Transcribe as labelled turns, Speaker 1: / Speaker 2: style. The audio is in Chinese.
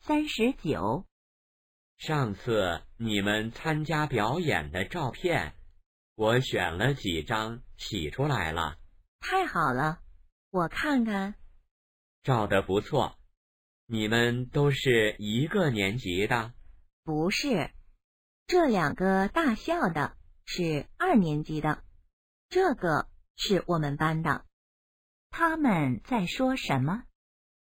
Speaker 1: 三十九，
Speaker 2: 上次你们参加表演的照片，我选了几张洗出来了，
Speaker 1: 太好了，我看看。
Speaker 2: 照得不错。你们都是一个年级的，
Speaker 1: 不是，这两个大校的是二年级的，这个是我们班的。他们在说什么？